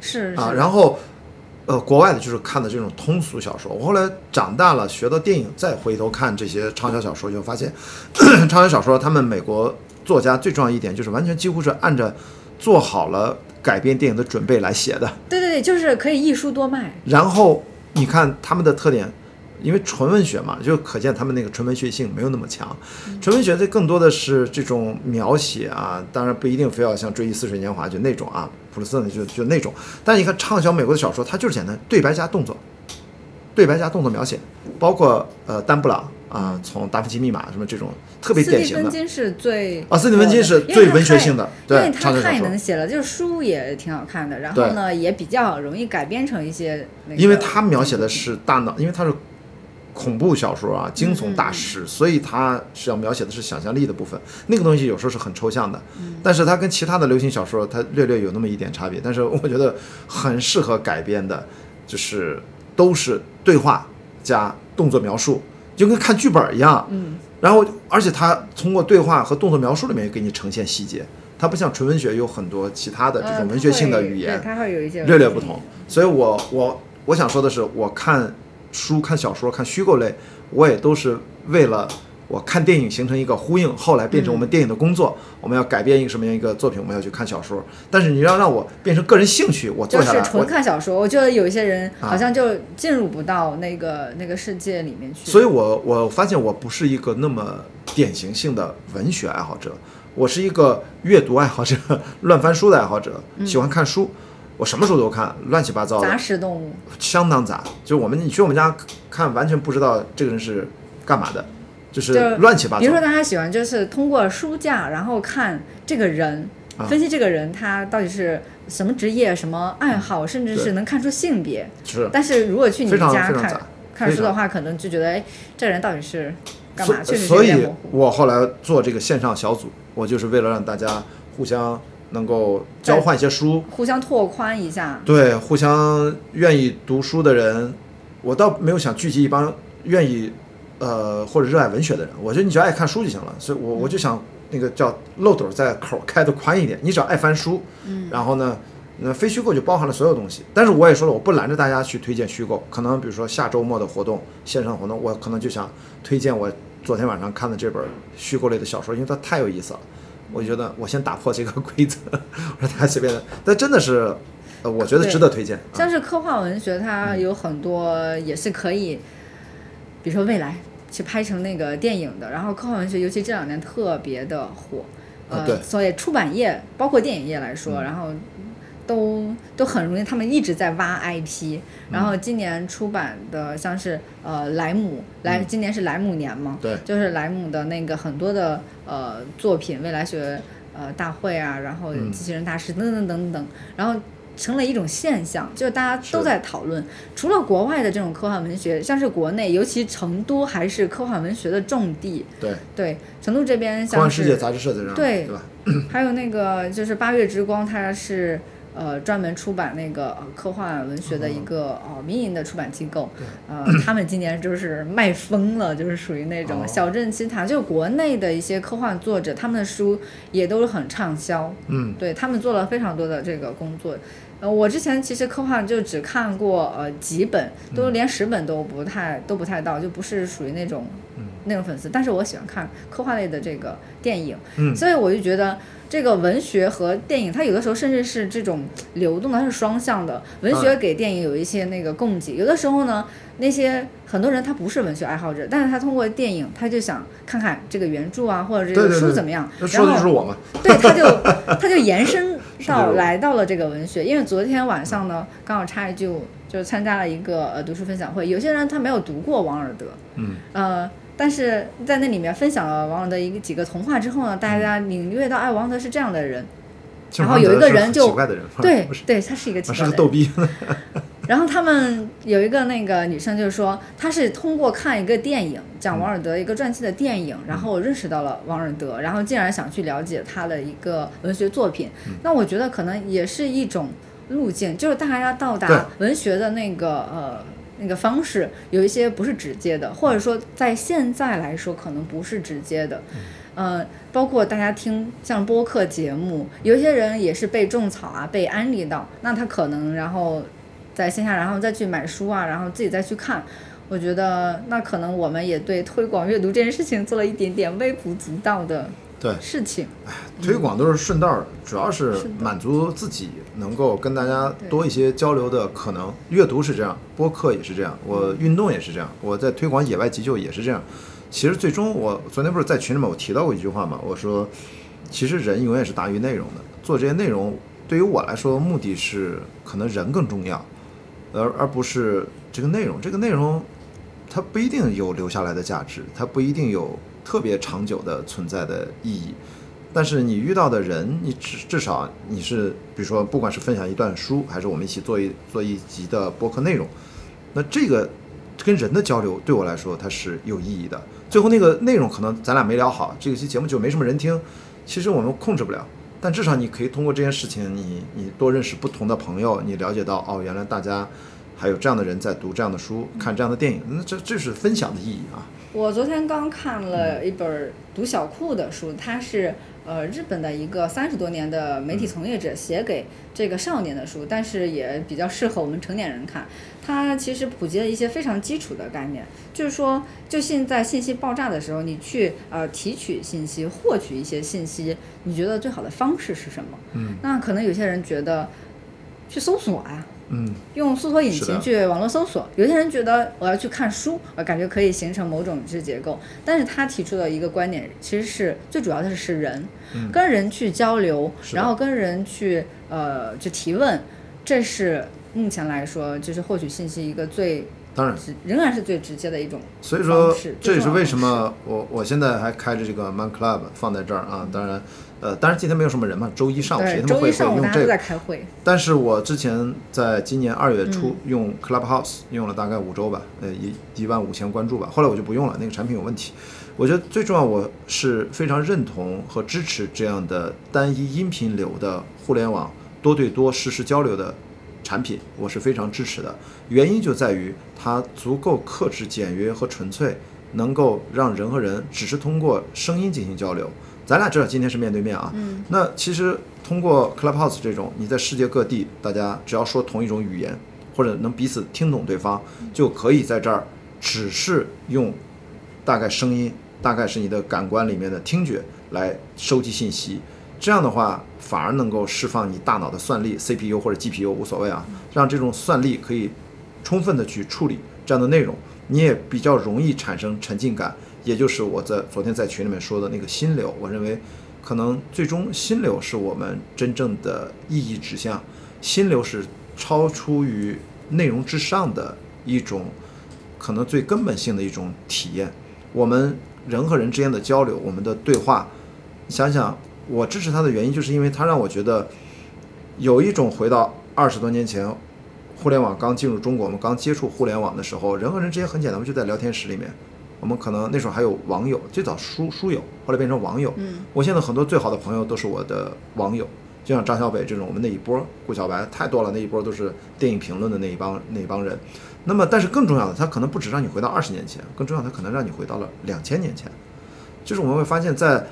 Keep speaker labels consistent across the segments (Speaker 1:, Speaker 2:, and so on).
Speaker 1: 是
Speaker 2: 啊，
Speaker 1: 是
Speaker 2: 然后，呃，国外的就是看的这种通俗小说。我后来长大了，学到电影，再回头看这些畅销小说，就发现 畅销小说他们美国作家最重要一点就是完全几乎是按着做好了改编电影的准备来写的。
Speaker 1: 对对对，就是可以一书多卖。
Speaker 2: 然后你看他们的特点，因为纯文学嘛，就可见他们那个纯文学性没有那么强。纯文学这更多的是这种描写啊，当然不一定非要像《追忆似水年华》就那种啊，普鲁斯特就就那种。但你看畅销美国的小说，它就是简单对白加动作，对白加动作描写，包括呃丹布朗啊、从《达芬奇密码》什么这种特别
Speaker 1: 斯
Speaker 2: 典
Speaker 1: 蒂
Speaker 2: 型
Speaker 1: 芬
Speaker 2: 的。
Speaker 1: 金是最
Speaker 2: 啊斯蒂芬金是最文学性的
Speaker 1: 因
Speaker 2: 对
Speaker 1: 为他
Speaker 2: 畅销小
Speaker 1: 太
Speaker 2: 说
Speaker 1: 能写了，就是书也挺好看的，然后
Speaker 2: 对
Speaker 1: 呢也比较容易改编成一些那个。
Speaker 2: 因为他描写的是大脑，因为他是恐怖小说啊，惊悚大
Speaker 1: 嗯
Speaker 2: 师，所以他是要描写的是想象力的部分。那个东西有时候是很抽象的，
Speaker 1: 嗯
Speaker 2: 但是它跟其他的流行小说它略略有那么一点差别，但是我觉得很适合改编的，就是都是对话加动作描述，就跟看剧本一样。
Speaker 1: 嗯，
Speaker 2: 然后，而且它通过对话和动作描述里面给你呈现细节，它不像纯文学有很多其他的这
Speaker 1: 呃
Speaker 2: 种文
Speaker 1: 他
Speaker 2: 学性的
Speaker 1: 会
Speaker 2: 语言
Speaker 1: 对，它会有一些
Speaker 2: 略略不同。所以我我我想说的是，我看书、看小说、看虚构类，我也都是为了我看电影形成一个呼应，后来变成我们电影的工作。
Speaker 1: 嗯
Speaker 2: 我们要改编一个什么样一个作品，我们要去看小说。但是你要让我变成个人兴趣，我
Speaker 1: 嗯就
Speaker 2: 坐下
Speaker 1: 是
Speaker 2: 来，
Speaker 1: 纯
Speaker 2: 我
Speaker 1: 看小说，我觉得有一些人
Speaker 2: 啊
Speaker 1: 好像就进入不到那个、那个世界里面去。
Speaker 2: 所以我我发现我不是一个那么典型性的文学爱好者，我是一个阅读爱好者， 乱翻书的爱好者，
Speaker 1: 嗯
Speaker 2: 喜欢看书。我什么书都看，乱七八糟的。
Speaker 1: 杂食动物，
Speaker 2: 相当杂，就我们你去我们家看，完全不知道这个人是干嘛的，就是
Speaker 1: 就是
Speaker 2: 乱七八
Speaker 1: 比
Speaker 2: 糟
Speaker 1: 如。说大家喜欢就是通过书架，然后看这个人，
Speaker 2: 啊
Speaker 1: 分析这个人他到底是什么职业、什么爱好，甚至是
Speaker 2: 对
Speaker 1: 能看出性别。
Speaker 2: 是，
Speaker 1: 但是如果去你
Speaker 2: 非
Speaker 1: 们
Speaker 2: 常
Speaker 1: 家
Speaker 2: 非常
Speaker 1: 看
Speaker 2: 杂
Speaker 1: 看
Speaker 2: 非
Speaker 1: 书的
Speaker 2: 常
Speaker 1: 话，可能就觉得哎，这人到底是干
Speaker 2: 所
Speaker 1: 嘛？确实是
Speaker 2: 所
Speaker 1: 有点
Speaker 2: 以
Speaker 1: 模糊。
Speaker 2: 我后来做这个线上小组，我就是为了让大家互相能够交换一些书，
Speaker 1: 互相拓宽一下，
Speaker 2: 对，互相愿意读书的人，我倒没有想聚集一帮愿意呃或者热爱文学的人，我觉得你只要爱看书就行了，所以我我就想那个叫漏斗在口儿开的宽一点，你只要爱翻书，嗯，然后呢。那非虚构就包含了所有东西，但是我也说了，我不拦着大家去推荐虚构。可能比如说下周末的活动，线上活动，我可能就想推荐我昨天晚上看的这本虚构类的小说，因为它太有意思了。我觉得我先打破这个规则，我说大家随便的，但真的是，呃，我觉得值得推荐。啊
Speaker 1: 像是科幻文学，它有很多也是可以，比如说未来去拍成那个电影的。然后科幻文学，尤其这两年特别的火，呃，
Speaker 2: 啊对嗯
Speaker 1: 所以出版业包括电影业来说，然后都都很容易，他们一直在挖 IP。然后今年出版的像是呃莱姆，莱今年是莱姆年嘛，
Speaker 2: 嗯对
Speaker 1: 就是莱姆的那个很多的呃作品，未来学呃大会啊，然后
Speaker 2: 嗯
Speaker 1: 机器人大师等等等等，然后成了一种现象，就是大家
Speaker 2: 是
Speaker 1: 都在讨论。除了国外的这种科幻文学，像是国内，尤其成都还是科幻文学的重地。
Speaker 2: 对，
Speaker 1: 对，成都这边
Speaker 2: 科
Speaker 1: 像
Speaker 2: 幻世界
Speaker 1: 是
Speaker 2: 杂志社在这儿，
Speaker 1: 对
Speaker 2: 对吧？
Speaker 1: 还有那个就是八月之光，它是。呃，专门出版那个呃科幻文学的一个
Speaker 2: 嗯
Speaker 1: 哦民营的出版机构，呃，他们今年就是卖疯了，就是属于那种
Speaker 2: 哦
Speaker 1: 小镇奇谈，就是国内的一些科幻作者，他们的书也都是很畅销，
Speaker 2: 嗯，
Speaker 1: 对他们做了非常多的这个工作。呃，我之前其实科幻就只看过呃几本，都
Speaker 2: 嗯
Speaker 1: 连十本都不太都不太到，就不是属于那种、
Speaker 2: 嗯
Speaker 1: 那种粉丝。但是我喜欢看科幻类的这个电影，
Speaker 2: 嗯
Speaker 1: 所以我就觉得这个文学和电影，它有的时候甚至是这种流动的，它是双向的。文学给电影有一些那个供给，有的时候呢，那些很多人他不是文学爱好者，但是他通过电影，他就想看看这个原著啊，或者这
Speaker 2: 对
Speaker 1: 个
Speaker 2: 对
Speaker 1: 书
Speaker 2: 对
Speaker 1: 怎么样，
Speaker 2: 那
Speaker 1: 然
Speaker 2: 说
Speaker 1: 后
Speaker 2: 的就是我嘛，
Speaker 1: 对，他就他就延伸
Speaker 2: 是
Speaker 1: 到
Speaker 2: 的
Speaker 1: 来到了这个文学，因为昨天晚上呢，刚好插一句，就是参加了一个呃读书分享会，有些人他没有读过王尔德，
Speaker 2: 嗯，
Speaker 1: 呃，但是在那里面分享了王尔德一个几个童话之后呢，大家
Speaker 2: 嗯
Speaker 1: 领略到，哎，王尔德是这样的人，然后有一个人
Speaker 2: 就是很
Speaker 1: 就
Speaker 2: 奇怪的人，
Speaker 1: 对
Speaker 2: 不是
Speaker 1: 对，他是一个奇
Speaker 2: 是
Speaker 1: 怪的人。
Speaker 2: 个逗逼，
Speaker 1: 然后他们有一个那个女生就说，她是通过看一个电影，
Speaker 2: 嗯
Speaker 1: 讲王尔德一个传记的电影，然后认识到了王尔德，然后进而想去了解他的一个文学作品。那我觉得可能也是一种路径，就是大家到
Speaker 2: 对
Speaker 1: 达文学的那个呃。那个方式有一些不是直接的，或者说在现在来说可能不是直接的，呃，包括大家听像播客节目，有一些人也是被种草啊，被安利到，那他可能然后在线下，然后再去买书啊，然后自己再去看。我觉得那可能我们也对推广阅读这件事情做了一点点微不足道的
Speaker 2: 对，
Speaker 1: 事情。
Speaker 2: 推广都是顺道儿，主要是
Speaker 1: 是的
Speaker 2: 满足自己能够跟大家
Speaker 1: 对
Speaker 2: 多一些交流的可能。阅读是这样，播客也是这样，我运动也是这样，我在推广野外急救也是这样。其实最终我昨天不是在群里面我提到过一句话嘛，我说其实人永远是大于内容的，做这些内容对于我来说目的是可能人更重要，而而不是这个内容，这个内容它不一定有留下来的价值，它不一定有特别长久的存在的意义。但是你遇到的人，你至至少你是，比如说，不管是分享一段书，还是我们一起做一做一集的播客内容，那这个跟人的交流对我来说它是有意义的。最后那个内容可能咱俩没聊好，这个期节目就没什么人听，其实我们控制不了。但至少你可以通过这件事情你，你多认识不同的朋友，你了解到哦，原来大家还有这样的人在读这样的书，看这样的电影，那这这是分享的意义啊。
Speaker 1: 我昨天刚看了一本读小库的书，它是呃日本的一个三十多年的媒体从业者写给这个少年的书，但是也比较适合我们成年人看。它其实普及了一些非常基础的概念，就是说，就现在信息爆炸的时候，你去呃提取信息、获取一些信息，你觉得最好的方式是什么？
Speaker 2: 嗯，
Speaker 1: 那可能有些人觉得去搜索啊，
Speaker 2: 嗯，
Speaker 1: 用搜索引
Speaker 2: 是的
Speaker 1: 擎去网络搜索。有些人觉得我要去看书，我感觉可以形成某种知识结构。但是他提出的一个观点，其实是最主要的是人，跟人去交流，
Speaker 2: 嗯是的
Speaker 1: 然后跟人去呃去提问，这是目前来说就是获取信息一个最
Speaker 2: 当然，
Speaker 1: 直仍然是最直接的一种
Speaker 2: 所以说
Speaker 1: 方式，
Speaker 2: 这
Speaker 1: 最
Speaker 2: 也是
Speaker 1: 重要的
Speaker 2: 为什
Speaker 1: 方
Speaker 2: 么我我现在还开着这个 Man Club 放在这儿啊。当然，呃，当然今天没有什么人嘛，周一上午
Speaker 1: 对，
Speaker 2: 谁他妈
Speaker 1: 周
Speaker 2: 会
Speaker 1: 一
Speaker 2: 会
Speaker 1: 上午
Speaker 2: 用
Speaker 1: 大家
Speaker 2: 这
Speaker 1: 都在
Speaker 2: 个？
Speaker 1: 开会，
Speaker 2: 但是我之前在今年二月初
Speaker 1: 嗯
Speaker 2: 用 Clubhouse 用了大概五周吧，呃，一一万五千关注吧。后来我就不用了，那个产品有问题。我觉得最重要，我是非常认同和支持这样的单一音频流的互联网多对多实时交流的产品，我是非常支持的。原因就在于它足够克制、简约和纯粹，能够让人和人只是通过声音进行交流。咱俩至少今天是面对面啊。
Speaker 1: 嗯。
Speaker 2: 那其实通过 Clubhouse 这种，你在世界各地，大家只要说同一种语言，或者能彼此听懂对方，就可以在这儿只是用大概声音，大概是你的感官里面的听觉来收集信息。这样的话，反而能够释放你大脑的算力 （CPU 或者 GPU 无所谓啊），让这种算力可以充分的去处理这样的内容，你也比较容易产生沉浸感，也就是我在昨天在群里面说的那个心流。我认为，可能最终心流是我们真正的意义指向，心流是超出于内容之上的一种可能最根本性的一种体验。我们人和人之间的交流，我们的对话，想想我支持他的原因，就是因为他让我觉得有一种回到二十多年前互联网刚进入中国，我们刚接触互联网的时候，人和人之间很简单，我们就在聊天室里面。我们可能那时候还有网友，最早书书友，后来变成网友。
Speaker 1: 嗯，
Speaker 2: 我现在很多最好的朋友都是我的网友，就像张小北这种，我们那一波，顾小白太多了，那一波都是电影评论的那一帮那一帮人。那么，但是更重要的，它可能不止让你回到二十年前，更重要的，它可能让你回到了两千年前。就是我们会发现，在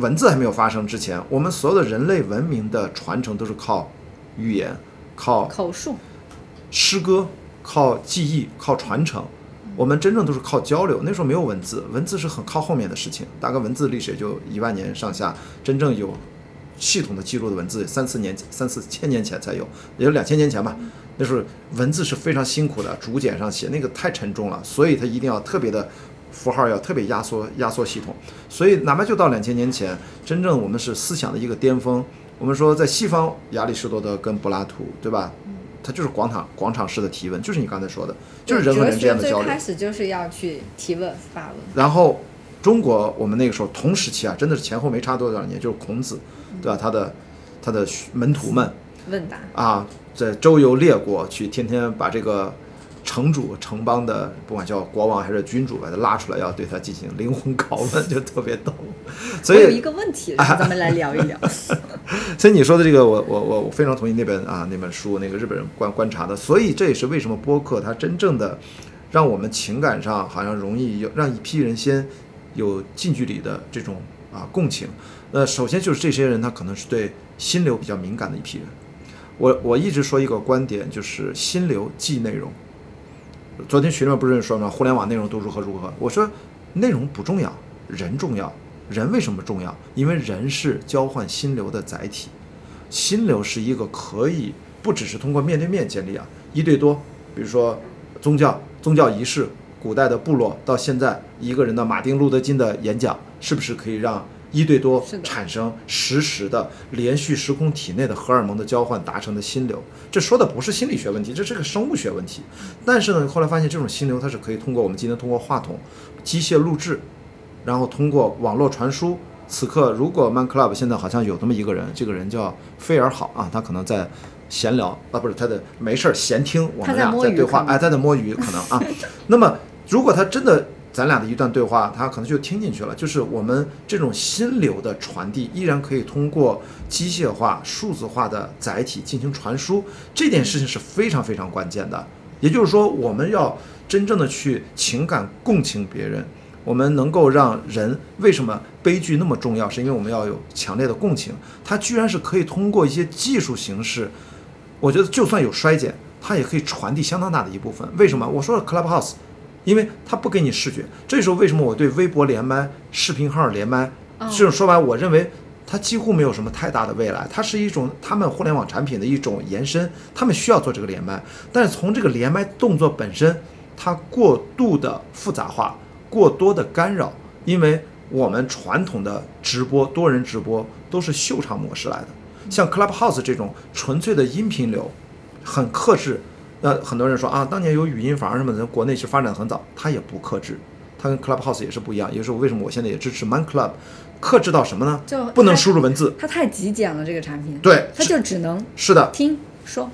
Speaker 2: 文字还没有发生之前，我们所有的人类文明的传承都是靠语言、靠
Speaker 1: 口述，
Speaker 2: 诗歌，靠记忆，靠传承。我们真正都是靠交流，那时候没有文字，文字是很靠后面的事情，大概文字历史也就一万年上下，真正有系统的记录的文字，三四年、三四千年前才有，也就两千年前吧。那时候文字是非常辛苦的，竹简上写那个太沉重了，所以它一定要特别的符号要特别压缩压缩系统。所以哪怕就到两千年前，真正我们是思想的一个巅峰。我们说在西方，亚里士多德跟柏拉图，对吧？它就是广场广场式的提问，就是你刚才说的，就是人和人之间的交
Speaker 1: 最
Speaker 2: 流
Speaker 1: 开。始就是要去提问发问，
Speaker 2: 然后中国我们那个时候同时期啊，真的是前后没差多少年，就是孔子，
Speaker 1: 嗯
Speaker 2: 对吧？他的他的门徒们
Speaker 1: 问答。
Speaker 2: 啊，在周游列国去，天天把这个城主、城邦的，不管叫国王还是君主，把他拉出来，要对他进行灵魂拷问，就特别逗。所
Speaker 1: 我有一
Speaker 2: 以，
Speaker 1: 个问 题，然后咱们来聊一聊。
Speaker 2: 所以你说的这个，我我我我非常同意那本啊那本书，那个日本人观观察的。所以这也是为什么播客它真正的让我们情感上好像容易有让一批人先有近距离的这种啊共情。呃，首先就是这些人他可能是对心流比较敏感的一批人。我我一直说一个观点，就是心流即内容。昨天群里面不是有人说吗？互联网内容都如何如何？我说内容不重要，人重要。人为什么重要？因为人是交换心流的载体。心流是一个可以不只是通过面对面建立啊，一对多，比如说宗教、宗教仪式，古代的部落到现在一个人的马丁·路德·金的演讲，是不是可以让一对多
Speaker 1: 是的
Speaker 2: 产生实时的连续时空体内的荷尔蒙的交换达成的心流？这说的不是心理学问题，这是个生物学问题。但是呢，后来发现这种心流它是可以通过我们今天通过话筒、机械录制，然后通过网络传输。此刻，如果 Man Club 现在好像有这么一个人，这个人叫菲尔好啊，他可能在闲聊啊，不是他的没事儿闲听我
Speaker 1: 他
Speaker 2: 们
Speaker 1: 在
Speaker 2: 俩
Speaker 1: 摸
Speaker 2: 在
Speaker 1: 鱼
Speaker 2: 对话
Speaker 1: 可，能
Speaker 2: 哎，他在摸鱼可能啊。那么，如果他真的咱俩的一段对话，他可能就听进去了。就是我们这种心流的传递，依然可以通过机械化、数字化的载体进行传输，这件事情是非常非常关键的。也就是说，我们要真正的去情感共情别人，我们能够让人为什么悲剧那么重要，是因为我们要有强烈的共情。它居然是可以通过一些技术形式，我觉得就算有衰减，它也可以传递相当大的一部分。为什么？我说了 Clubhouse，因为它不给你视觉。这时候为什么我对微博连麦、视频号连麦
Speaker 1: 哦
Speaker 2: 这种说白，我认为它几乎没有什么太大的未来。它是一种他们互联网产品的一种延伸，他们需要做这个连麦，但是从这个连麦动作本身，它过度的复杂化，过多的干扰，因为我们传统的直播、多人直播都是秀场模式来的，像 Clubhouse 这种纯粹的音频流，很克制。那很多人说啊，当年有语音房什么的，国内是发展得很早，它也不克制，它跟 Clubhouse 也是不一样。也就是为什么我现在也支持 Man Club，克制到什么呢？
Speaker 1: 就
Speaker 2: 不能
Speaker 1: 它
Speaker 2: 输入文字。
Speaker 1: 它太极简了，这个产品，
Speaker 2: 对
Speaker 1: 它就只能
Speaker 2: 是的，
Speaker 1: 听说。